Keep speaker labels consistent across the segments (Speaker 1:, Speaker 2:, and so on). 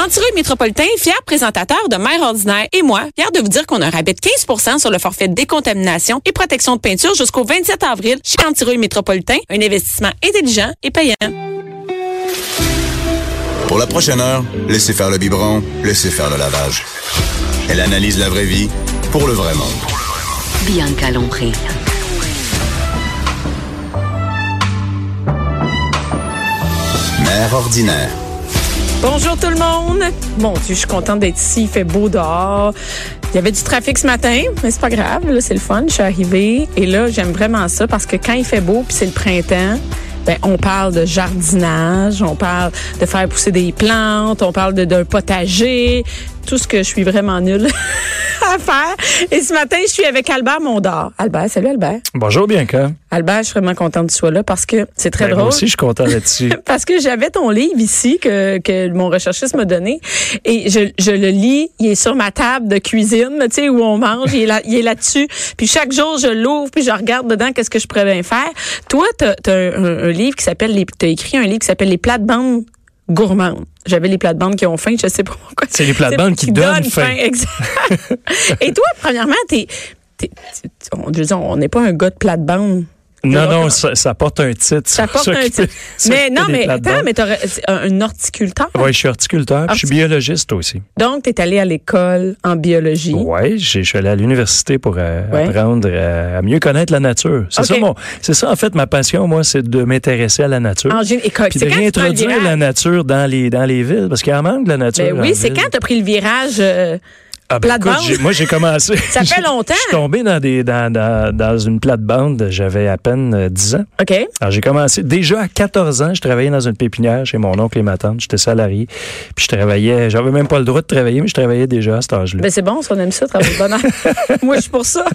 Speaker 1: Antireux Métropolitain, fier présentateur de Mère Ordinaire et moi, fier de vous dire qu'on a un rabais de 15 sur le forfait décontamination et protection de peinture jusqu'au 27 avril chez Antireux Métropolitain, un investissement intelligent et payant.
Speaker 2: Pour la prochaine heure, laissez faire le biberon, laissez faire le lavage. Elle analyse la vraie vie pour le vrai monde.
Speaker 3: Bianca Lompré.
Speaker 2: Mère ordinaire.
Speaker 1: Bonjour tout le monde. Mon Dieu, je suis contente d'être ici. Il fait beau dehors. Il y avait du trafic ce matin, mais c'est pas grave. Là, c'est le fun. Je suis arrivée et là, j'aime vraiment ça parce que quand il fait beau puis c'est le printemps, ben on parle de jardinage, on parle de faire pousser des plantes, on parle de- d'un potager, tout ce que je suis vraiment nulle à faire. Et ce matin, je suis avec Albert Mondor. Albert, salut Albert.
Speaker 4: Bonjour Bianca.
Speaker 1: Albert, je suis vraiment contente que tu sois là parce que c'est très
Speaker 4: Ben,
Speaker 1: drôle.
Speaker 4: Moi aussi, je suis content là-dessus.
Speaker 1: Parce que j'avais ton livre ici que, que mon recherchiste m'a donné et je, je le lis, il est sur ma table de cuisine, tu sais, où on mange, il est là- il est là-dessus. puis chaque jour, je l'ouvre, puis je regarde dedans qu'est-ce que je pourrais bien faire. Toi, t'as as un, un- un livre qui s'appelle, les- t'as écrit un livre qui s'appelle Les plates-bandes gourmandes. J'avais les plates-bandes qui ont faim, je sais pas pourquoi.
Speaker 4: C'est les plates-bandes qui donnent faim.
Speaker 1: Exact. et toi, premièrement, t'es... t'es- t'es- on- je veux dire, on n'est pas un gars de plates-bandes.
Speaker 4: non, non, ça, ça porte un titre.
Speaker 1: Ça porte un
Speaker 4: S'occuper-
Speaker 1: titre. Mais
Speaker 4: s'occuper
Speaker 1: non,
Speaker 4: des
Speaker 1: mais
Speaker 4: plates-bandes.
Speaker 1: attends, Ah, mais t'aurais- c'est un un horticulteur.
Speaker 4: Ouais, je suis horticulteur, puis je suis
Speaker 1: Horti-
Speaker 4: biologiste aussi.
Speaker 1: Donc, tu es allé à l'école en biologie.
Speaker 4: Oui, je suis allé à l'université pour euh,
Speaker 1: Ouais.
Speaker 4: apprendre euh, à mieux connaître la nature. C'est
Speaker 1: Ok.
Speaker 4: ça, mon- c'est ça, en fait, ma passion, moi, c'est de m'intéresser à la nature.
Speaker 1: En gé- et que-
Speaker 4: puis
Speaker 1: c'est
Speaker 4: de
Speaker 1: quand tu prends le
Speaker 4: réintroduire
Speaker 1: virage.
Speaker 4: la nature dans les, dans les villes, parce qu'il en manque de la nature.
Speaker 1: Ben
Speaker 4: en
Speaker 1: oui, c'est
Speaker 4: ville.
Speaker 1: quand tu as pris le virage. euh,
Speaker 4: Ah ben, écoute,
Speaker 1: plate-bande.
Speaker 4: j'ai- Moi, j'ai commencé.
Speaker 1: Ça fait longtemps.
Speaker 4: Je suis tombé dans, des, dans, dans, dans une plate-bande, j'avais à peine euh, 10 ans.
Speaker 1: OK.
Speaker 4: Alors, j'ai commencé. Déjà à 14 ans, je travaillais dans une pépinière chez mon oncle et ma tante. J'étais salarié. Puis je travaillais. J'avais même pas le droit de travailler, mais je travaillais déjà à cet âge-là.
Speaker 1: Ben c'est bon, si on aime ça, travailler de bonheur. Moi, je suis pour ça.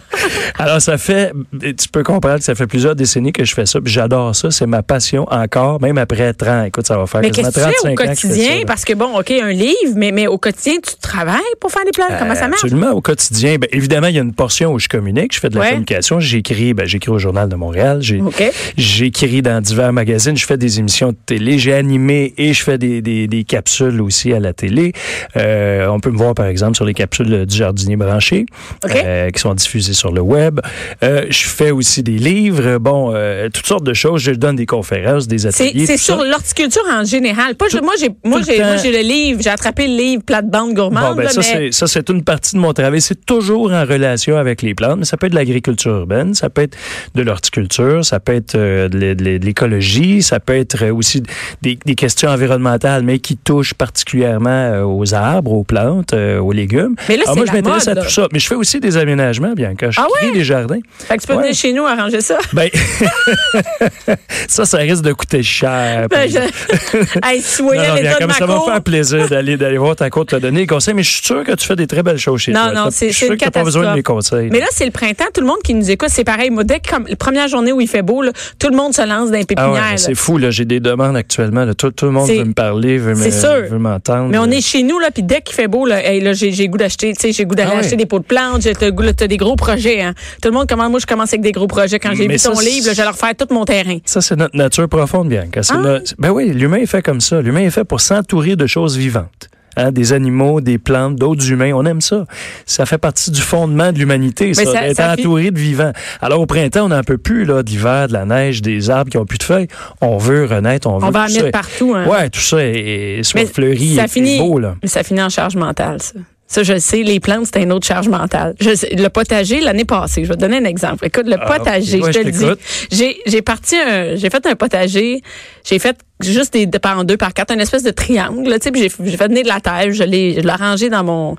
Speaker 4: Alors, ça fait. Tu peux comprendre que ça fait plusieurs décennies que je fais ça. Puis j'adore ça. C'est ma passion encore, même après 30. Écoute, ça va faire
Speaker 1: Mais
Speaker 4: quasiment
Speaker 1: qu'est-ce que tu fais au
Speaker 4: 35 ans que je fais ça,
Speaker 1: quotidien?
Speaker 4: là.
Speaker 1: Parce que bon, OK, un livre, mais, mais au quotidien, tu travailles pour faire des plans. Comment ça marche?
Speaker 4: Euh, Absolument, au quotidien. Ben, évidemment, il y a une portion où je communique, je fais de la
Speaker 1: Ouais.
Speaker 4: communication, j'écris, ben, j'écris au Journal de Montréal, j'ai-
Speaker 1: OK.
Speaker 4: j'écris dans divers magazines, je fais des émissions de télé, j'ai animé et je fais des, des- des capsules aussi à la télé. Euh, on peut me voir, par exemple, sur les capsules du jardinier branché,
Speaker 1: OK.
Speaker 4: euh, qui sont diffusées sur le web. Euh, je fais aussi des livres, bon, euh, toutes sortes de choses. Je donne des conférences, des
Speaker 1: C'est
Speaker 4: ateliers.
Speaker 1: c'est
Speaker 4: tout ça.
Speaker 1: sur l'horticulture en général. Pas, je- moi, j'ai moi,
Speaker 4: tout le
Speaker 1: j'ai- moi,
Speaker 4: temps.
Speaker 1: j'ai le livre. J'ai attrapé le livre plate-bande gourmande.
Speaker 4: Bon, ben,
Speaker 1: là,
Speaker 4: ça,
Speaker 1: mais
Speaker 4: c'est- ça, c'est une partie de mon travail. C'est toujours en relation avec les plantes, mais ça peut être de l'agriculture urbaine, ça peut être de l'horticulture, ça peut être euh, de l'é- de l'é- de l'écologie, ça peut être euh, aussi des, des questions environnementales, mais qui touchent particulièrement euh, aux arbres, aux plantes, euh, aux légumes.
Speaker 1: Mais là,
Speaker 4: Alors,
Speaker 1: c'est
Speaker 4: moi, je
Speaker 1: la
Speaker 4: m'intéresse à
Speaker 1: mode,
Speaker 4: tout
Speaker 1: là.
Speaker 4: ça. Mais je fais aussi des aménagements, bien quand je
Speaker 1: Ah
Speaker 4: crée
Speaker 1: ouais?
Speaker 4: des jardins.
Speaker 1: Fait que tu peux
Speaker 4: Ouais.
Speaker 1: venir chez nous arranger ça.
Speaker 4: Ben, ça, ça risque de coûter cher. par
Speaker 1: Ben, je... hey, si vous voyez
Speaker 4: non, non, bien,
Speaker 1: l'état de
Speaker 4: comme
Speaker 1: ma
Speaker 4: ça
Speaker 1: cour.
Speaker 4: va faire plaisir d'aller d'aller voir ta cour te donner des conseils, mais je suis sûr que tu fais des très belles choses chez
Speaker 1: Non,
Speaker 4: toi.
Speaker 1: non,
Speaker 4: T'as-
Speaker 1: c'est
Speaker 4: je suis
Speaker 1: c'est
Speaker 4: sûr
Speaker 1: une
Speaker 4: que t'as pas
Speaker 1: catastrophe.
Speaker 4: besoin de mes conseils.
Speaker 1: Mais là, c'est le printemps. Tout le monde qui nous écoute, c'est pareil. Moi, dès que comme, la première journée où il fait beau, là, tout le monde se lance dans les
Speaker 4: Ah
Speaker 1: pépinières.
Speaker 4: ouais,
Speaker 1: là.
Speaker 4: c'est fou, là. J'ai des demandes actuellement. là. Tout, tout le monde
Speaker 1: C'est-
Speaker 4: veut me parler, veut me-
Speaker 1: c'est sûr.
Speaker 4: veut m'entendre.
Speaker 1: mais on est chez nous, là, puis dès qu'il fait beau, là, hey, là, j'ai j'ai goût d'acheter, tu sais, j'ai goût d'aller
Speaker 4: Ah ouais.
Speaker 1: acheter des pots de plantes, j'ai t'as le goût- là, t'as des gros projets, hein. Tout le monde commence, moi, je commence avec des gros projets. Quand j'ai
Speaker 4: Mais
Speaker 1: vu
Speaker 4: ça,
Speaker 1: ton
Speaker 4: c'est-
Speaker 1: livre, là, je vais leur faire tout mon terrain.
Speaker 4: Ça, c'est notre nature profonde, bien.
Speaker 1: Ah.
Speaker 4: Ben oui, l'humain est fait comme ça. L'humain est fait pour s'entourer de choses vivantes. Hein, des animaux, des plantes, d'autres humains, on aime ça. Ça fait partie du fondement de l'humanité, ça,
Speaker 1: ça-
Speaker 4: d'être
Speaker 1: ça fit-
Speaker 4: entouré de vivants. Alors au printemps, on n'en peut plus là, de l'hiver, de la neige, des arbres qui ont plus de feuilles. On veut renaître, on veut
Speaker 1: On va en
Speaker 4: tout
Speaker 1: mettre
Speaker 4: ça.
Speaker 1: partout, hein.
Speaker 4: Ouais, tout ça est, est- soit
Speaker 1: Mais
Speaker 4: fleuri,
Speaker 1: ça
Speaker 4: est- est
Speaker 1: finit,
Speaker 4: beau là.
Speaker 1: mais ça finit en charge mentale, ça. Ça, je le sais, les plantes, c'est une autre charge mentale. Je sais, le potager, l'année passée, je vais te donner un exemple. Écoute, le
Speaker 4: Ah,
Speaker 1: potager,
Speaker 4: ok, ouais,
Speaker 1: je te
Speaker 4: je
Speaker 1: le dis.
Speaker 4: t'écoute.
Speaker 1: J'ai, j'ai parti un, j'ai fait un potager, j'ai fait juste des, de par en deux, par quatre, une espèce de triangle. là, Tu sais, puis j'ai j'ai fait venir de la terre, je l'ai je l'ai rangé dans mon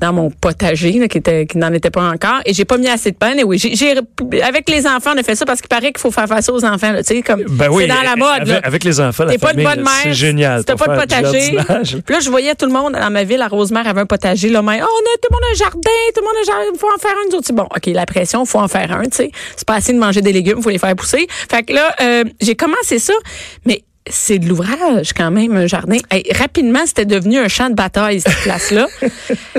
Speaker 1: dans mon potager là, qui était qui n'en était pas encore, et j'ai pas mis assez de pain. Et oui, j'ai j'ai- avec les enfants on a fait ça parce qu'il paraît qu'il faut faire face aux enfants. là, Tu sais, comme
Speaker 4: Ben oui,
Speaker 1: c'est dans la mode.
Speaker 4: avec,
Speaker 1: là.
Speaker 4: avec les enfants, la
Speaker 1: T'es pas de
Speaker 4: famille,
Speaker 1: bonne
Speaker 4: là,
Speaker 1: mère.
Speaker 4: c'est génial.
Speaker 1: Si t'as
Speaker 4: pour
Speaker 1: pas de
Speaker 4: faire du
Speaker 1: potager.
Speaker 4: jardinage.
Speaker 1: Puis là, je voyais tout le monde dans ma ville, à Rosemère, avait un potager. Là, mais, oh, on a, tout le monde a un jardin, tout le monde a un jardin, faut en faire un. Nous autres, bon, OK, la pression, faut en faire un, tu sais. C'est pas assez de manger des légumes, faut les faire pousser. Fait que là, euh, j'ai commencé ça, mais c'est de l'ouvrage quand même, un jardin. Hey, rapidement, c'était devenu un champ de bataille, cette place-là.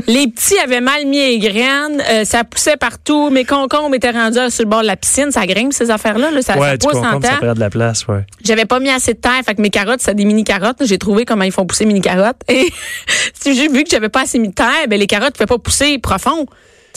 Speaker 1: les petits avaient mal mis les graines, euh, ça poussait partout, mes concombres étaient rendus sur le bord de la piscine, ça grimpe ces affaires-là, là, ça,
Speaker 4: ouais,
Speaker 1: ça
Speaker 4: du
Speaker 1: pousse en
Speaker 4: concombre, ça
Speaker 1: temps.
Speaker 4: perd de la place, ouais.
Speaker 1: J'avais pas mis assez de terre, fait que mes carottes, c'est des mini carottes. J'ai trouvé comment ils font pousser mini carottes. Et si j'ai vu que j'avais pas assez mis de terre, ben les carottes pouvaient pas pousser profond.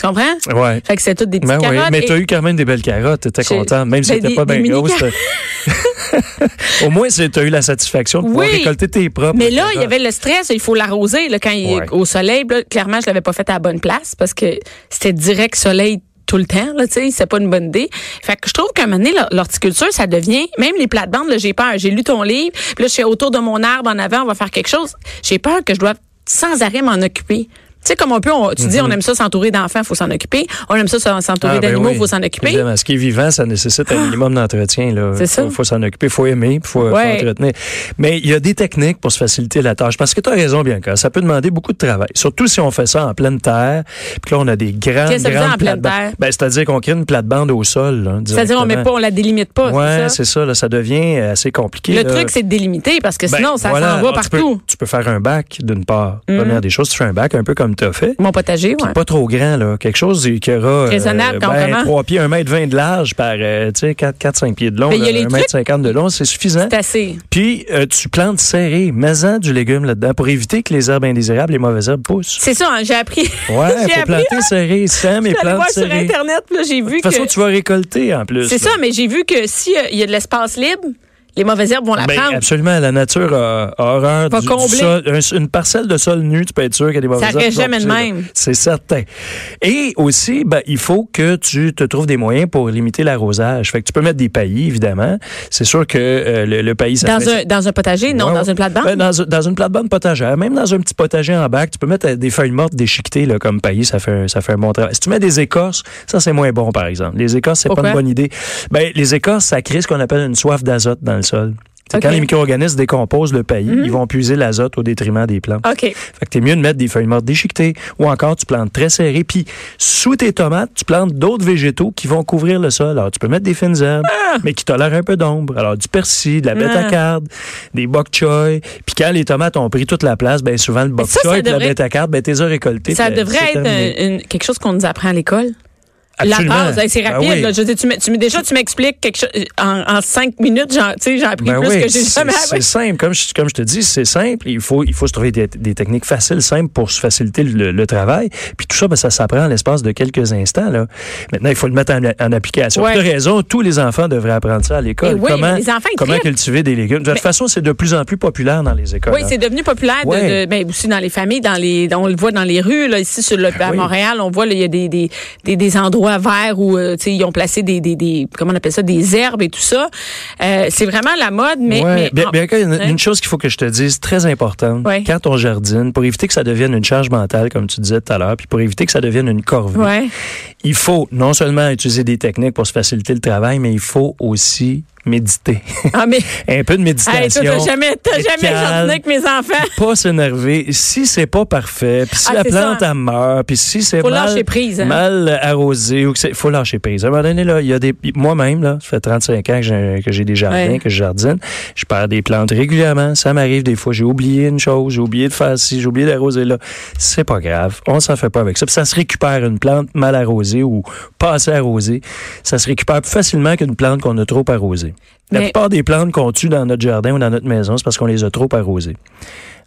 Speaker 1: Tu comprends?
Speaker 4: Ouais.
Speaker 1: Fait que c'est toutes des petites
Speaker 4: Ben oui,
Speaker 1: carottes.
Speaker 4: mais
Speaker 1: et-
Speaker 4: t'as eu quand même des belles carottes, t'étais
Speaker 1: J'ai-
Speaker 4: content, même si
Speaker 1: ben,
Speaker 4: t'étais
Speaker 1: des-
Speaker 4: pas
Speaker 1: des
Speaker 4: bien
Speaker 1: mini
Speaker 4: grosse. t'as- Au moins, c'est- t'as eu la satisfaction de pouvoir
Speaker 1: Oui.
Speaker 4: récolter tes propres.
Speaker 1: Mais là, il y
Speaker 4: carottes.
Speaker 1: avait le stress, il faut l'arroser là, quand il
Speaker 4: Ouais.
Speaker 1: est au soleil. Là, clairement, je l'avais pas fait à la bonne place parce que c'était direct soleil tout le temps, là, tu sais, c'est pas une bonne idée. Fait que je trouve qu'à un moment donné, l'hor- l'horticulture, ça devient, même les plates-bandes, là, j'ai peur. J'ai lu ton livre, puis là, je suis autour de mon arbre en avant, on va faire quelque chose. J'ai peur que je dois sans arrêt m'en occuper. Tu sais, comme on peut, on- tu dis, on aime ça s'entourer d'enfants, faut s'en occuper. On aime ça s'entourer
Speaker 4: Mm-hmm. Ah, ben
Speaker 1: d'animaux,
Speaker 4: oui.
Speaker 1: faut s'en occuper. Ah.
Speaker 4: Évidemment, ce qui est vivant, ça nécessite un minimum d'entretien. là.
Speaker 1: C'est ça.
Speaker 4: Faut, faut s'en occuper, faut aimer, puis faut, faut
Speaker 1: Ouais.
Speaker 4: entretenir. Mais il y a des techniques pour se faciliter la tâche. Parce que tu as raison, Bianca. Ça peut demander beaucoup de travail. Surtout si on fait ça en pleine terre. Puis là, on a des grandes,
Speaker 1: Qu'est-ce que ça veut dire
Speaker 4: grandes
Speaker 1: en pleine
Speaker 4: plates-bandes.
Speaker 1: terre?
Speaker 4: Ben, c'est-à-dire qu'on crée une plate-bande au sol. là,
Speaker 1: C'est-à-dire, on met pas,
Speaker 4: directement.
Speaker 1: on la délimite pas. c'est
Speaker 4: Ouais,
Speaker 1: ça?
Speaker 4: c'est ça. là, ça devient euh, assez compliqué.
Speaker 1: Le
Speaker 4: là.
Speaker 1: truc, c'est de délimiter parce que
Speaker 4: Ben,
Speaker 1: sinon, ça
Speaker 4: voilà.
Speaker 1: s'en va
Speaker 4: Alors, tu peux-
Speaker 1: partout.
Speaker 4: Tu peux, faire un bac, d'une part. Première des choses, tu fais un bac, un peu comme tu as fait.
Speaker 1: Mon potager,
Speaker 4: Puis
Speaker 1: ouais.
Speaker 4: pas trop grand, là. Quelque chose qui aura.
Speaker 1: Raisonnable quand on
Speaker 4: ben,
Speaker 1: commence.
Speaker 4: 3 pieds, 1 mètre 20 de large par, euh, tu sais, 4-5 pieds de long.
Speaker 1: Mais il y a les
Speaker 4: 1 mètre 50 de long, c'est suffisant.
Speaker 1: C'est assez.
Speaker 4: Puis euh, tu plantes serré, mets-en du légume là-dedans pour éviter que les herbes indésirables, les mauvaises herbes poussent.
Speaker 1: C'est ça, hein, j'ai appris.
Speaker 4: Ouais,
Speaker 1: j'ai
Speaker 4: faut
Speaker 1: appris.
Speaker 4: planter serré, sème
Speaker 1: Je
Speaker 4: et
Speaker 1: suis allée
Speaker 4: plante
Speaker 1: voir sur
Speaker 4: serré. De
Speaker 1: Internet, puis là, j'ai vu
Speaker 4: toute
Speaker 1: que.
Speaker 4: façon, tu vas récolter en plus.
Speaker 1: C'est
Speaker 4: là.
Speaker 1: ça, mais j'ai vu que s'il y a de l'espace libre, les mauvaises herbes vont la
Speaker 4: Ben,
Speaker 1: prendre.
Speaker 4: absolument, la nature a, a horreur
Speaker 1: Va
Speaker 4: du, du
Speaker 1: combler.
Speaker 4: sol. Un- une parcelle de sol nu, tu peux être sûr qu'il y a des mauvaises
Speaker 1: reste
Speaker 4: herbes qui vont
Speaker 1: jamais de
Speaker 4: pousser,
Speaker 1: même.
Speaker 4: là. C'est certain. Et aussi, ben, il faut que tu te trouves des moyens pour limiter l'arrosage. Fait que tu peux mettre des paillis, évidemment. C'est sûr que euh, le, le paillis, ça
Speaker 1: Dans
Speaker 4: fait-
Speaker 1: un, dans un potager, non,
Speaker 4: Ouais,
Speaker 1: dans
Speaker 4: ouais.
Speaker 1: une plate-bande.
Speaker 4: Ben, dans, un- dans une plate-bande potagère, même dans un petit potager en bac, tu peux mettre euh, des feuilles mortes déchiquetées là, comme paillis, ça fait, un- ça fait un bon travail. Si tu mets des écorces, ça c'est moins bon par exemple. Les écorces, c'est pas
Speaker 1: Pourquoi?
Speaker 4: une bonne idée. Ben, les écorces, ça crée ce qu'on appelle une soif d'azote dans le sol. C'est
Speaker 1: Ok. Mhm.
Speaker 4: Quand les micro-organismes décomposent le paillis, ils vont puiser l'azote au détriment des plantes.
Speaker 1: OK.
Speaker 4: Fait que t'es mieux de mettre des feuilles mortes déchiquetées ou encore tu plantes très serré. Puis sous tes tomates, tu plantes d'autres végétaux qui vont couvrir le sol. Alors tu peux mettre des fines herbes,
Speaker 1: Ah!
Speaker 4: mais qui tolèrent un peu d'ombre. Alors du persil, de la bêta-carde, des bok choy. Puis quand les tomates ont pris toute la place, bien souvent le bok
Speaker 1: ça, ça
Speaker 4: choy et la
Speaker 1: devrait-
Speaker 4: bêta-carde, ben t'es récolté.
Speaker 1: Ça devrait être un- une- quelque chose qu'on nous apprend à l'école.
Speaker 4: Absolument.
Speaker 1: La base, hey, c'est
Speaker 4: Ben
Speaker 1: rapide.
Speaker 4: oui.
Speaker 1: là. Je veux dire, tu m'es- tu m'es- déjà, tu m'expliques quelque chose en, en cinq minutes. genre, tu sais, J'ai appris plus que j'ai
Speaker 4: Ben c'est-
Speaker 1: jamais
Speaker 4: C'est
Speaker 1: appris.
Speaker 4: simple, comme je, comme je te dis, c'est simple. Il faut, il faut se trouver des, des techniques faciles, simples pour se faciliter le, le travail. Puis tout ça, ben, ça s'apprend en l'espace de quelques instants. Là. Maintenant, il faut le mettre en, en application.
Speaker 1: Ouais.
Speaker 4: Tu as raison, tous les enfants devraient apprendre ça à
Speaker 1: Eh
Speaker 4: l'école.
Speaker 1: oui,
Speaker 4: comment
Speaker 1: les enfants, ils
Speaker 4: comment
Speaker 1: trippent.
Speaker 4: cultiver des légumes. De toute
Speaker 1: Mais-
Speaker 4: façon, c'est de plus en plus populaire dans les écoles.
Speaker 1: Oui,
Speaker 4: hein.
Speaker 1: c'est devenu populaire de-
Speaker 4: Ouais.
Speaker 1: de- ben, aussi dans les familles, dans les, on le voit dans les rues là, ici sur le, à
Speaker 4: Ah oui.
Speaker 1: Montréal, on voit là, il y a des, des, des, des endroits verts où euh, tu sais, ils ont placé des, des, des comment on appelle ça des herbes et tout ça. Euh, c'est vraiment la mode, mais,
Speaker 4: Ouais.
Speaker 1: mais-
Speaker 4: Bien-
Speaker 1: ah,
Speaker 4: bien qu'il y a une,
Speaker 1: ouais.
Speaker 4: une chose qu'il faut que je te dise, très importante,
Speaker 1: Ouais.
Speaker 4: quand on jardine, pour éviter que ça devienne une charge mentale, comme tu disais tout à l'heure, puis pour éviter que ça devienne une corvée,
Speaker 1: Ouais.
Speaker 4: il faut non seulement utiliser des techniques pour se faciliter le travail, mais il faut aussi méditer.
Speaker 1: Ah mais
Speaker 4: Un peu de méditation.
Speaker 1: hey, toi, t'as jamais t'as
Speaker 4: être
Speaker 1: jamais
Speaker 4: calme,
Speaker 1: jardiné avec mes enfants.
Speaker 4: Pas s'énerver. Si c'est pas parfait, puis si
Speaker 1: Ah,
Speaker 4: la
Speaker 1: c'est
Speaker 4: plante
Speaker 1: ça.
Speaker 4: elle meurt, puis si c'est
Speaker 1: Faut
Speaker 4: mal,
Speaker 1: lâcher prise, hein.
Speaker 4: mal arrosé, ou que c'est, faut lâcher prise. À un moment donné, là, il y a des, moi-même, là, ça fait 35 ans que j'ai, que j'ai des jardins,
Speaker 1: Ouais.
Speaker 4: que je jardine. Je perds des plantes régulièrement. Ça m'arrive des fois. J'ai oublié une chose, j'ai oublié de faire ci, j'ai oublié d'arroser là. C'est pas grave. On s'en fait pas avec ça. Puis ça se récupère une plante mal arrosée ou pas assez arrosée. Ça se récupère plus facilement qu'une plante qu'on a trop arrosée. La
Speaker 1: Mais-
Speaker 4: plupart des plantes qu'on tue dans notre jardin ou dans notre maison, c'est parce qu'on les a trop arrosées.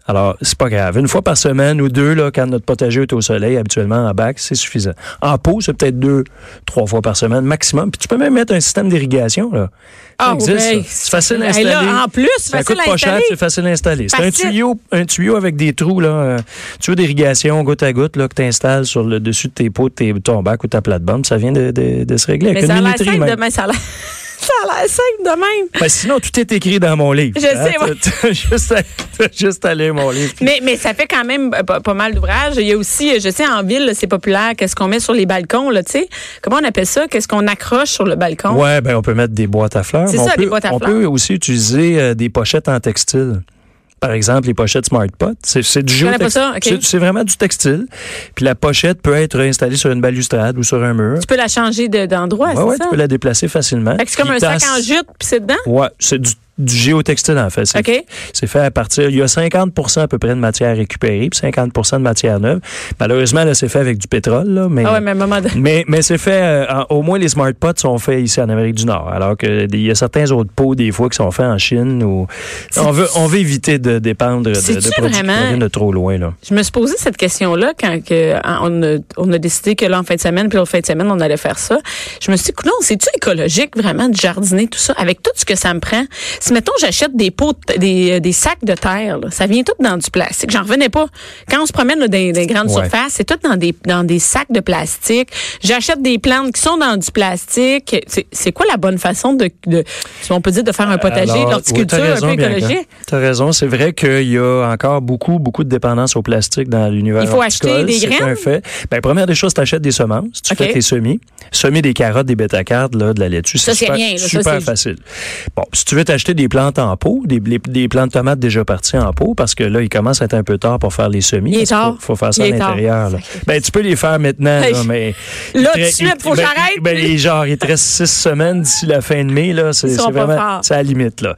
Speaker 4: Alors, c'est pas grave. Une fois par semaine ou deux, là, quand notre potager est au soleil, habituellement en bac, c'est suffisant. En pot, c'est peut-être deux, trois fois par semaine maximum. Puis tu peux même mettre un système d'irrigation. Là. Ça
Speaker 1: Ah,
Speaker 4: existe,
Speaker 1: ouais.
Speaker 4: ça. C'est facile à
Speaker 1: Hey,
Speaker 4: installer.
Speaker 1: là, en plus,
Speaker 4: ça
Speaker 1: facile
Speaker 4: coûte pas
Speaker 1: à
Speaker 4: cher,
Speaker 1: installer.
Speaker 4: c'est facile à installer. C'est un
Speaker 1: Facile.
Speaker 4: tuyau, un tuyau avec des trous, là, euh, tuyau d'irrigation goutte à goutte là, que tu installes sur le dessus de tes pots, de tes- ton bac ou ta plate-bande. Ça vient de, de- de se régler.
Speaker 1: Mais
Speaker 4: avec
Speaker 1: ça
Speaker 4: une
Speaker 1: a l'air
Speaker 4: minuterie
Speaker 1: simple
Speaker 4: même.
Speaker 1: demain, ça a l'air. Ça a l'air simple de même.
Speaker 4: Ben, sinon, tout est écrit dans mon livre. Hein,
Speaker 1: Je sais,
Speaker 4: T'as-
Speaker 1: ouais.
Speaker 4: t'as juste, à, t'as juste à lire mon livre. puis-
Speaker 1: Mais, mais ça fait quand même euh, pas, pas mal d'ouvrages. Il y a aussi, euh, je sais, en ville, là, c'est populaire, qu'est-ce qu'on met sur les balcons, là, tu sais. Comment on appelle ça? Qu'est-ce qu'on accroche sur le balcon?
Speaker 4: Ouais, ben on peut mettre des boîtes à fleurs.
Speaker 1: C'est
Speaker 4: mais on
Speaker 1: ça,
Speaker 4: peut,
Speaker 1: des boîtes à
Speaker 4: on
Speaker 1: fleurs.
Speaker 4: peut aussi utiliser euh, des pochettes en textile. Par exemple, les pochettes Smart Pot, c'est c'est du
Speaker 1: connais pas
Speaker 4: géotex-
Speaker 1: ça, ok.
Speaker 4: c'est- C'est vraiment du textile. Puis la pochette peut être installée sur une balustrade ou sur un mur.
Speaker 1: Tu peux la changer de- d'endroit,
Speaker 4: ouais, ouais,
Speaker 1: Ah, c'est ça?
Speaker 4: tu peux la déplacer facilement.
Speaker 1: Fait que c'est comme
Speaker 4: Puis
Speaker 1: un sac
Speaker 4: dans-
Speaker 1: en jute, puis c'est dedans?
Speaker 4: Ouais, c'est du, du géotextile en fait. C'est
Speaker 1: OK.
Speaker 4: c'est fait à partir. Il y a 50 à peu près de matière récupérée, puis 50 de matière neuve. Malheureusement, là, c'est fait avec du pétrole, là, mais.
Speaker 1: Ah ouais, mais à un moment donné-
Speaker 4: Mais, mais c'est fait, euh, en- au moins les smart pots sont faits ici en Amérique du Nord, alors qu'il y a certains autres pots des fois qui sont faits en Chine. Ou... On, veut, on veut éviter de dépendre de, de
Speaker 1: C'est-tu
Speaker 4: produits qui
Speaker 1: vraiment-
Speaker 4: proviennent de trop loin. Là.
Speaker 1: Je me suis posé cette question-là quand que, en- on, a, on a décidé que là, en fin de semaine, puis l'autre fin de semaine, on allait faire ça. Je me suis dit, non, c'est-tu écologique vraiment de jardiner tout ça avec tout ce que ça me prend? Si, mettons, j'achète des pots, de- des, euh, des sacs de terre, là, ça vient tout dans du plastique. J'en revenais pas. Quand on se promène là, dans les- dans les grandes
Speaker 4: Ouais.
Speaker 1: surfaces, c'est tout dans des, dans des sacs de plastique. J'achète des plantes qui sont dans du plastique. C'est- C'est quoi la bonne façon de, de, si on peut dire, de faire un potager, de l'horticulture
Speaker 4: tu
Speaker 1: un peu écologique?
Speaker 4: Euh, T'as raison, c'est vrai qu'il y a encore beaucoup, beaucoup de dépendance au plastique dans l'univers.
Speaker 1: Il faut
Speaker 4: horticole,
Speaker 1: acheter des
Speaker 4: c'est
Speaker 1: graines?
Speaker 4: un fait. Ben, première des choses, t'achètes des semences, tu
Speaker 1: OK.
Speaker 4: fais tes semis, semis des carottes, des bêta-cartes, là, de la laitue.
Speaker 1: Ça, c'est
Speaker 4: super,
Speaker 1: rien, là, ça,
Speaker 4: super
Speaker 1: c'est-
Speaker 4: facile. Bon, si tu veux t'acheter des plantes en pot, des, des, des plantes de tomates déjà parties en pot, parce que là, il commence à être un peu tard pour faire les semis.
Speaker 1: Il est
Speaker 4: parce qu'il
Speaker 1: tard.
Speaker 4: Faut, faut faire ça
Speaker 1: Il
Speaker 4: à
Speaker 1: est tard.
Speaker 4: l'intérieur. là. Ben, tu peux les faire maintenant,
Speaker 1: Hey.
Speaker 4: là, mais...
Speaker 1: Là, tout
Speaker 4: il
Speaker 1: de
Speaker 4: te-
Speaker 1: suite,
Speaker 4: il-
Speaker 1: faut que
Speaker 4: ben,
Speaker 1: j'arrête.
Speaker 4: ben, les genre, il te reste six semaines d'ici la fin de mai, là. C'est
Speaker 1: Ils
Speaker 4: c'est
Speaker 1: seront pas
Speaker 4: vraiment,
Speaker 1: forts.
Speaker 4: c'est à la limite, là.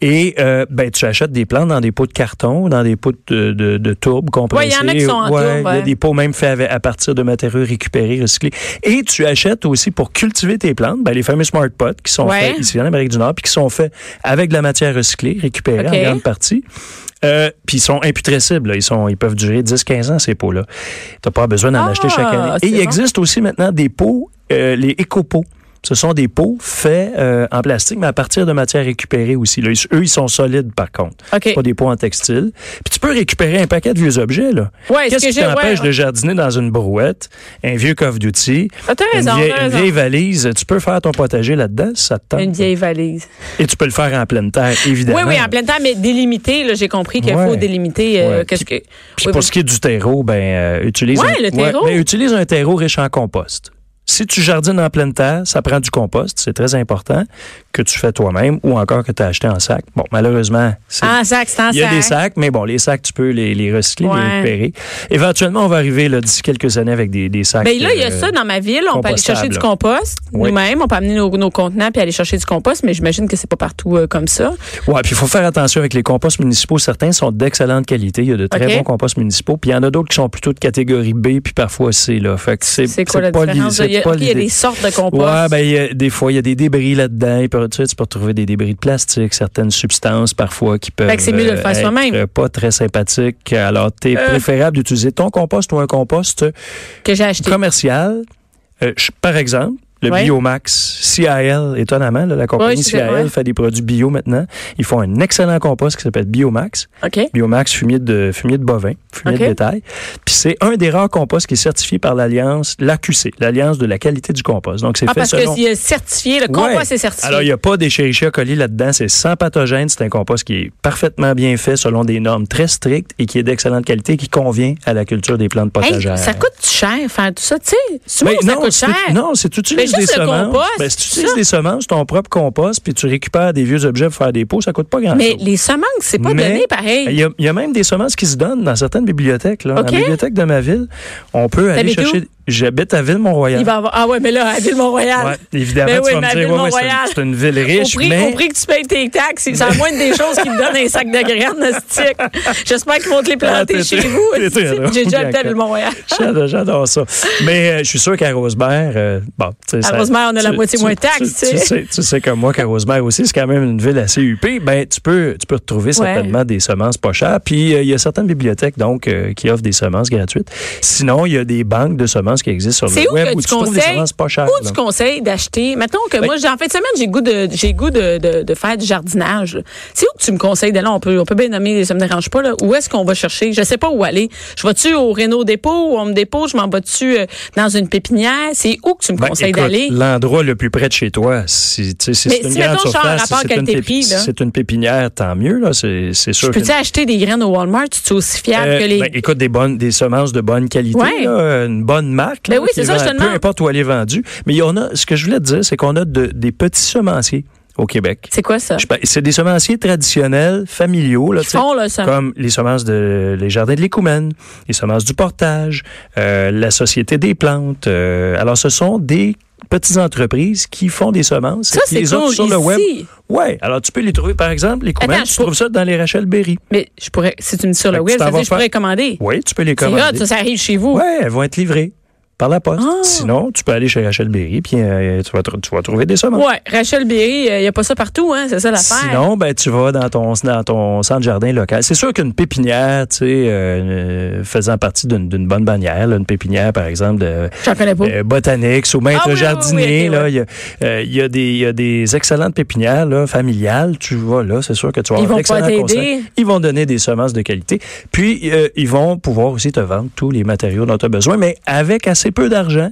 Speaker 4: Et, euh, ben, tu achètes des plantes dans des pots de carton, dans des pots de, de, de tourbe compressée.
Speaker 1: Ouais, il y en a qui sont en
Speaker 4: Ouais,
Speaker 1: tourbe,
Speaker 4: Il y a
Speaker 1: ouais.
Speaker 4: des pots même faits avec- à partir de matériaux récupérés, recyclés. Et tu achètes aussi pour cultiver tes plantes, ben, les fameux smart pots qui sont
Speaker 1: Ouais.
Speaker 4: faits ici en Amérique du Nord, puis qui sont faits avec de la matière recyclée, récupérée
Speaker 1: OK.
Speaker 4: en grande partie. Euh, puis ils sont imputrescibles. là. Ils, sont, ils peuvent durer 10-15 ans, ces pots-là. T'as pas besoin d'en
Speaker 1: Ah,
Speaker 4: acheter chaque année.
Speaker 1: c'est
Speaker 4: Et il
Speaker 1: bon.
Speaker 4: existe aussi maintenant des pots, euh, les écopots. Ce sont des pots faits euh, en plastique, mais à partir de matières récupérées aussi. Là, Ils- eux, ils sont solides, par contre.
Speaker 1: OK.
Speaker 4: Pas des pots en textile. Puis tu peux récupérer un paquet de vieux objets. là.
Speaker 1: Ouais,
Speaker 4: Qu'est-ce
Speaker 1: ce que
Speaker 4: qui
Speaker 1: j'ai-
Speaker 4: t'empêche
Speaker 1: ouais.
Speaker 4: de jardiner dans une brouette, un vieux coffre d'outils,
Speaker 1: Ah, t'as
Speaker 4: une,
Speaker 1: raison,
Speaker 4: vieille,
Speaker 1: t'as
Speaker 4: une
Speaker 1: raison.
Speaker 4: vieille valise? Tu peux faire ton potager là-dedans, si ça te tente.
Speaker 1: Une vieille valise.
Speaker 4: Et tu peux le faire en pleine terre, évidemment.
Speaker 1: Oui, oui, en plein temps, mais délimiter, là, j'ai compris qu'il
Speaker 4: Ouais.
Speaker 1: faut délimiter euh,
Speaker 4: Ouais.
Speaker 1: qu'est-ce que. Oui,
Speaker 4: Puis pour
Speaker 1: oui.
Speaker 4: ce qui est du terreau, ben euh, utilise
Speaker 1: Ouais,
Speaker 4: un,
Speaker 1: le terreau.
Speaker 4: mais utilise un terreau riche en compost. Si tu jardines en pleine terre, ça prend du compost, c'est très important que tu fais toi-même ou encore que tu as acheté en sac. Bon, malheureusement, c'est
Speaker 1: En sac, c'est Ah, en sac.
Speaker 4: il y a des sacs, mais bon, les sacs, tu peux les, les recycler, les
Speaker 1: Ouais.
Speaker 4: récupérer. Éventuellement, on va arriver là, d'ici quelques années avec des, des sacs.
Speaker 1: Ben là, il y a
Speaker 4: euh,
Speaker 1: ça dans ma ville. On peut aller
Speaker 4: compostable,
Speaker 1: chercher du
Speaker 4: là.
Speaker 1: compost
Speaker 4: Oui.
Speaker 1: nous-mêmes. On peut amener nos, nos contenants puis aller chercher du compost, mais j'imagine que c'est pas partout euh, comme ça.
Speaker 4: Ouais, puis il faut faire attention avec les composts municipaux. Certains sont d'excellente qualité. Il y a de très
Speaker 1: OK.
Speaker 4: bons composts municipaux. Puis il y en a d'autres qui sont plutôt de catégorie B, puis parfois C. Là. Fait que c'est,
Speaker 1: C'est quoi
Speaker 4: c'est
Speaker 1: la
Speaker 4: pas
Speaker 1: différence?
Speaker 4: l'idée-
Speaker 1: Il y, a,
Speaker 4: pas
Speaker 1: ok, il y a
Speaker 4: l'idée.
Speaker 1: des sortes de compost.
Speaker 4: Ouais, ben, il y a- des fois, il y a des débris là-dedans. Il peut- tu, sais, tu peux retrouver des débris de plastique, certaines substances parfois qui peuvent
Speaker 1: Fait Ben, que c'est mieux de le faire
Speaker 4: euh, être,
Speaker 1: soi-même.
Speaker 4: euh, pas très sympathiques. Alors, t'es
Speaker 1: Euh.
Speaker 4: préférable d'utiliser ton compost ou un compost euh,
Speaker 1: que j'ai acheté.
Speaker 4: commercial. Euh, je- par exemple, le
Speaker 1: Ouais.
Speaker 4: Biomax, CIL, étonnamment, là, la compagnie
Speaker 1: je sais,
Speaker 4: CIL
Speaker 1: ouais.
Speaker 4: fait des produits bio maintenant. Ils font un excellent compost qui s'appelle Biomax.
Speaker 1: OK.
Speaker 4: Biomax fumier de fumier de bovin, fumier
Speaker 1: OK.
Speaker 4: de bétail. Puis c'est un des rares composts qui est certifié par l'alliance l'AQC, l'alliance de la qualité du compost. Donc c'est
Speaker 1: Ah,
Speaker 4: fait
Speaker 1: parce
Speaker 4: selon
Speaker 1: que c'est certifié. Le
Speaker 4: Ouais.
Speaker 1: compost est certifié.
Speaker 4: Alors il n'y a pas d'Escherichia coli là-dedans, c'est sans pathogène, c'est un compost qui est parfaitement bien fait selon des normes très strictes et qui est d'excellente qualité qui convient à la culture des plantes
Speaker 1: Hey,
Speaker 4: potagères.
Speaker 1: ça coûte cher faire tout ça, tu sais. Souvent,
Speaker 4: Ben,
Speaker 1: ça
Speaker 4: non,
Speaker 1: coûte
Speaker 4: c'est-
Speaker 1: cher.
Speaker 4: non, c'est tu
Speaker 1: Ben,
Speaker 4: utilises des
Speaker 1: juste le
Speaker 4: semences.
Speaker 1: compost,
Speaker 4: ben, si tu
Speaker 1: c'est
Speaker 4: utilises
Speaker 1: ça.
Speaker 4: des semences, ton propre compost, puis tu récupères des vieux objets pour faire des pots, ça coûte pas grand-chose.
Speaker 1: Mais les semences, c'est pas
Speaker 4: Mais
Speaker 1: donné pareil.
Speaker 4: Il y, a, il y a même des semences qui se donnent dans certaines bibliothèques. Là.
Speaker 1: OK.
Speaker 4: Dans la bibliothèque de ma ville, on peut aller
Speaker 1: T'habites
Speaker 4: chercher. J'habite à Ville-Mont-Royal.
Speaker 1: Il va avoir... Ah ouais, mais là, à Ville-Mont-Royal.
Speaker 4: Ouais, évidemment,
Speaker 1: Ben oui,
Speaker 4: tu vas
Speaker 1: mais
Speaker 4: me
Speaker 1: à
Speaker 4: dire, ouais, ouais, c'est une-
Speaker 1: Ville-Mont-Royal.
Speaker 4: c'est une ville riche,
Speaker 1: Au prix,
Speaker 4: mais.
Speaker 1: au prix que tu payes tes taxes, c'est la moindre des choses qui te donnent un sac de graines, hostique. J'espère qu'ils vont te les
Speaker 4: Ah,
Speaker 1: planter
Speaker 4: t'es-
Speaker 1: chez
Speaker 4: t'es-
Speaker 1: vous.
Speaker 4: t'es très drôle,
Speaker 1: hostie. J'ai déjà habité à
Speaker 4: Bianca.
Speaker 1: Ville-Montréal.
Speaker 4: J'adore, j'adore ça. Mais euh, je suis sûr qu'à Rosemère, euh, bon, tu sais,
Speaker 1: À
Speaker 4: ça-
Speaker 1: Rosemère, on a la moitié moins de taxes,
Speaker 4: Tu,
Speaker 1: tu sais.
Speaker 4: sais, tu sais comme moi qu'à Rosemère aussi, c'est quand même une ville assez huppée. Ben, tu peux, tu peux retrouver certainement des semences pas chères. Puis euh, il y a certaines bibliothèques donc euh, qui offrent des semences gratuites. Sinon, il y a des banques de semences semences qui existent sur
Speaker 1: C'est
Speaker 4: le
Speaker 1: où
Speaker 4: web
Speaker 1: que
Speaker 4: où
Speaker 1: tu
Speaker 4: tu trouves des
Speaker 1: conseilles-
Speaker 4: semences pas chères.
Speaker 1: Où
Speaker 4: là.
Speaker 1: tu conseilles d'acheter? Mettons que moi, j'ai- en fin de semaine, j'ai goût de, j'ai goût de, de, de faire du jardinage. là. C'est où que tu me conseilles d'aller? On peut, on peut bien nommer, ça me dérange pas, là. Où est-ce qu'on va chercher? Je sais pas où aller. Je vais-tu au Renault dépôt, où on me dépose, je m'en vais-tu euh, dans une pépinière? C'est où que tu me
Speaker 4: Ben,
Speaker 1: conseilles
Speaker 4: écoute,
Speaker 1: d'aller?
Speaker 4: L'endroit le plus près de chez toi, si, tu sais, si
Speaker 1: Mais
Speaker 4: c'est une
Speaker 1: si,
Speaker 4: grande
Speaker 1: mettons, je suis en
Speaker 4: surface, si
Speaker 1: rapport
Speaker 4: c'est une,
Speaker 1: qualité-prix,
Speaker 4: pépi- si
Speaker 1: là.
Speaker 4: c'est une pépinière, tant mieux. Là, c'est, c'est sûr.
Speaker 1: Peux-tu
Speaker 4: qu'une-
Speaker 1: acheter des graines au Walmart? Tu es aussi fiable
Speaker 4: Euh,
Speaker 1: que les.
Speaker 4: ben, écoute, des bonnes, des semences de bonne qualité,
Speaker 1: Ouais.
Speaker 4: là, une bonne marque. là,
Speaker 1: Ben oui,
Speaker 4: qui
Speaker 1: c'est ça,
Speaker 4: vend-
Speaker 1: je te
Speaker 4: Peu
Speaker 1: demande.
Speaker 4: importe où elle est vendue. Mais il y en a, ce que je voulais te dire, c'est qu'on a de- des petits semenciers au Québec.
Speaker 1: c'est quoi ça?
Speaker 4: Je sais pas, C'est des semenciers traditionnels, familiaux, là,
Speaker 1: Ils
Speaker 4: tu sais,
Speaker 1: font, là, ça.
Speaker 4: comme les semences de les jardins de l'écoumène, les semences du portage, euh, la société des plantes. euh, alors, ce sont des petites entreprises qui font des semences
Speaker 1: Ça,
Speaker 4: et qui
Speaker 1: c'est
Speaker 4: les offrent
Speaker 1: cool,
Speaker 4: sur le web.
Speaker 1: ici.
Speaker 4: Ouais. Alors, tu peux les trouver, par exemple, l'écoumène,
Speaker 1: Attends,
Speaker 4: tu
Speaker 1: je peux-
Speaker 4: trouves ça dans les Rachel Berry.
Speaker 1: Mais je pourrais, si tu me dis sur
Speaker 4: Fait
Speaker 1: le
Speaker 4: que
Speaker 1: web,
Speaker 4: tu t'en
Speaker 1: ça veut dire
Speaker 4: vas
Speaker 1: que je pourrais commander.
Speaker 4: Oui, tu peux les
Speaker 1: C'est hot,
Speaker 4: commander.
Speaker 1: ça, ça arrive chez vous.
Speaker 4: Ouais, elles vont être livrées par la poste.
Speaker 1: Oh. Ah.
Speaker 4: Sinon, tu peux aller chez Rachel Berry puis euh, tu, vas tr- tu vas trouver des semences.
Speaker 1: Ouais, Rachel Berry, il n'y a pas ça partout, hein, c'est ça l'affaire.
Speaker 4: Sinon, ben, tu vas dans ton, dans ton centre jardin local. C'est sûr qu'une pépinière, tu sais, euh, euh, faisant partie d'une d'une bonne bannière, là, une pépinière, par exemple, de
Speaker 1: J'en connais pas.
Speaker 4: euh, botanique ou maître
Speaker 1: Ah oui, oui, oui,
Speaker 4: jardinier,
Speaker 1: ok,
Speaker 4: là,
Speaker 1: ouais.
Speaker 4: il y a, euh, il y, a des- il y a des excellentes pépinières là, familiales. Tu vois, là, c'est sûr que tu vas
Speaker 1: Ils
Speaker 4: avoir
Speaker 1: vont
Speaker 4: d'excellents
Speaker 1: pas t'aider.
Speaker 4: conseils. Ils vont donner des semences de qualité. Puis, euh, ils vont pouvoir aussi te vendre tous les matériaux dont tu as besoin, mais avec assez peu d'argent.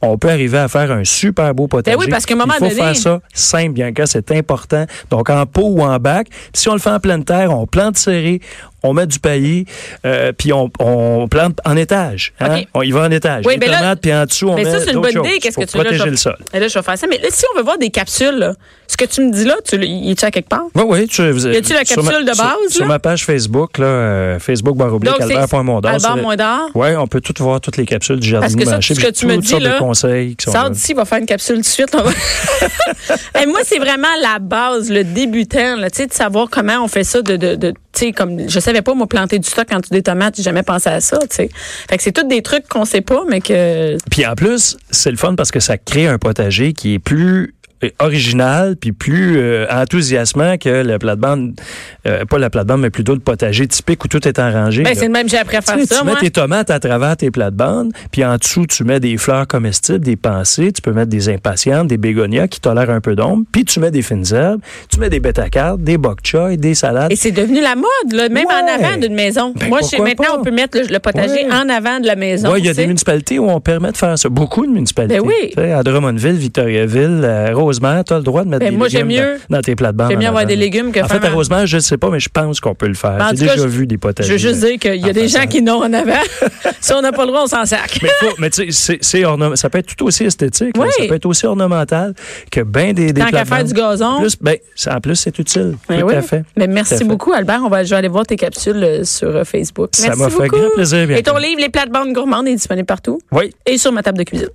Speaker 4: On peut arriver à faire un super beau potager.
Speaker 1: Ben oui, parce qu'à un moment
Speaker 4: Il faut
Speaker 1: donné-
Speaker 4: faire ça simple, bien que c'est important. Donc, en pot ou en bac. Si on le fait en pleine terre, on plante serré, on met du paillis, euh, puis on, on plante en étage. hein.
Speaker 1: OK.
Speaker 4: On y va en étage.
Speaker 1: Oui,
Speaker 4: Les
Speaker 1: ben là-
Speaker 4: tomates, puis en dessous, on
Speaker 1: Mais ça,
Speaker 4: met
Speaker 1: c'est une
Speaker 4: d'autres
Speaker 1: bonne
Speaker 4: choses
Speaker 1: idée. Qu'est-ce que
Speaker 4: pour
Speaker 1: tu veux là,
Speaker 4: protéger
Speaker 1: je-
Speaker 4: le sol.
Speaker 1: Et là, je vais faire ça. Mais là, si on veut voir des capsules, là, ce que tu me dis là, tu, le- y est-tu à quelque part?
Speaker 4: Oui, oui. Tu, vous-
Speaker 1: Y a-t-il la
Speaker 4: sur ma-
Speaker 1: capsule de
Speaker 4: sur-
Speaker 1: base,
Speaker 4: Sur,
Speaker 1: là?
Speaker 4: ma page Facebook, là, euh, Facebook barre oblique,
Speaker 1: Donc, c'est
Speaker 4: albert.mondor.
Speaker 1: Albert Moindard.
Speaker 4: Oui, on peut tout voir, toutes les capsules du jardin
Speaker 1: Parce que ça,
Speaker 4: marché.
Speaker 1: ce que tu me
Speaker 4: toutes
Speaker 1: dis,
Speaker 4: sortes de
Speaker 1: là,
Speaker 4: conseils qui sont
Speaker 1: Sors
Speaker 4: là.
Speaker 1: d'ici, va faire une capsule tout de suite. on va- Et moi, c'est vraiment la base, le débutant, là, tu sais, de savoir comment on fait ça. De, de, de- tu sais, comme je savais pas, moi, planter du stock quand tu des tomates, j'ai jamais pensé à ça. tu sais. Fait que c'est tous des trucs qu'on sait pas, mais que
Speaker 4: Puis en plus, c'est le fun parce que ça crée un potager qui est plus euh, original puis plus euh, enthousiasmant que la plate-bande euh, pas la plate-bande mais plutôt le potager typique où tout est en rangée.
Speaker 1: ben,
Speaker 4: là.
Speaker 1: c'est le même j'ai appris à faire
Speaker 4: Tu sais,
Speaker 1: ça.
Speaker 4: tu mets
Speaker 1: moi.
Speaker 4: tes tomates à travers tes plates-bandes, puis en dessous, tu mets des fleurs comestibles, des pensées, tu peux mettre des impatientes, des bégonias qui tolèrent un peu d'ombre, puis tu mets des fines herbes, tu mets des bêta-cartes, des bok choy, des salades.
Speaker 1: Et c'est devenu la mode, là, même
Speaker 4: Ouais.
Speaker 1: en avant d'une maison.
Speaker 4: Ben,
Speaker 1: Moi, je sais,
Speaker 4: pourquoi
Speaker 1: maintenant,
Speaker 4: pas?
Speaker 1: on peut mettre le, le potager
Speaker 4: Ouais.
Speaker 1: en avant de la maison.
Speaker 4: Ouais, il y a
Speaker 1: tu sais.
Speaker 4: des municipalités où on permet de faire ça. Beaucoup de municipalités.
Speaker 1: Ben oui.
Speaker 4: Tu sais, à Drummondville, Victoriaville, à Rosemère, tu as le droit de mettre
Speaker 1: Ben
Speaker 4: des
Speaker 1: moi,
Speaker 4: légumes
Speaker 1: j'aime
Speaker 4: dans-
Speaker 1: mieux-
Speaker 4: dans, tes plates-bandes.
Speaker 1: j'aime mieux
Speaker 4: en
Speaker 1: avoir
Speaker 4: avant.
Speaker 1: des légumes que
Speaker 4: En fait,
Speaker 1: faire
Speaker 4: à
Speaker 1: un-
Speaker 4: Rosemère, je ne sais pas, mais je pense qu'on peut le faire.
Speaker 1: Ben, en
Speaker 4: J'ai
Speaker 1: tout cas,
Speaker 4: déjà
Speaker 1: je-
Speaker 4: vu des potagers.
Speaker 1: Je veux juste dire qu'il y a
Speaker 4: en
Speaker 1: des gens
Speaker 4: façade.
Speaker 1: qui n'ont en avant. si on n'a pas le droit, on s'en sac.
Speaker 4: Mais, faut- mais tu sais, c'est- c'est ornem- ça peut être tout aussi esthétique, là.
Speaker 1: Oui.
Speaker 4: ça peut être aussi ornemental que bien des, des
Speaker 1: Tant qu'à faire
Speaker 4: plates-bandes.
Speaker 1: du gazon.
Speaker 4: En plus, ben, ça- en plus c'est utile.
Speaker 1: Ben
Speaker 4: tout
Speaker 1: oui.
Speaker 4: à fait.
Speaker 1: Mais
Speaker 4: Tout à
Speaker 1: merci
Speaker 4: fait.
Speaker 1: beaucoup, Albert. On va, je vais aller voir tes capsules euh, sur euh, Facebook.
Speaker 4: Ça
Speaker 1: merci
Speaker 4: m'a fait
Speaker 1: beaucoup.
Speaker 4: grand plaisir, Bianca.
Speaker 1: Et ton livre, Les plates-bandes gourmandes, est disponible partout
Speaker 4: Oui,
Speaker 1: et sur ma table de cuisine.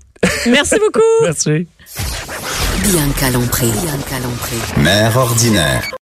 Speaker 1: merci beaucoup.
Speaker 4: merci.
Speaker 3: Bianca Lompré. Bianca Lompré.
Speaker 2: Mère ordinaire.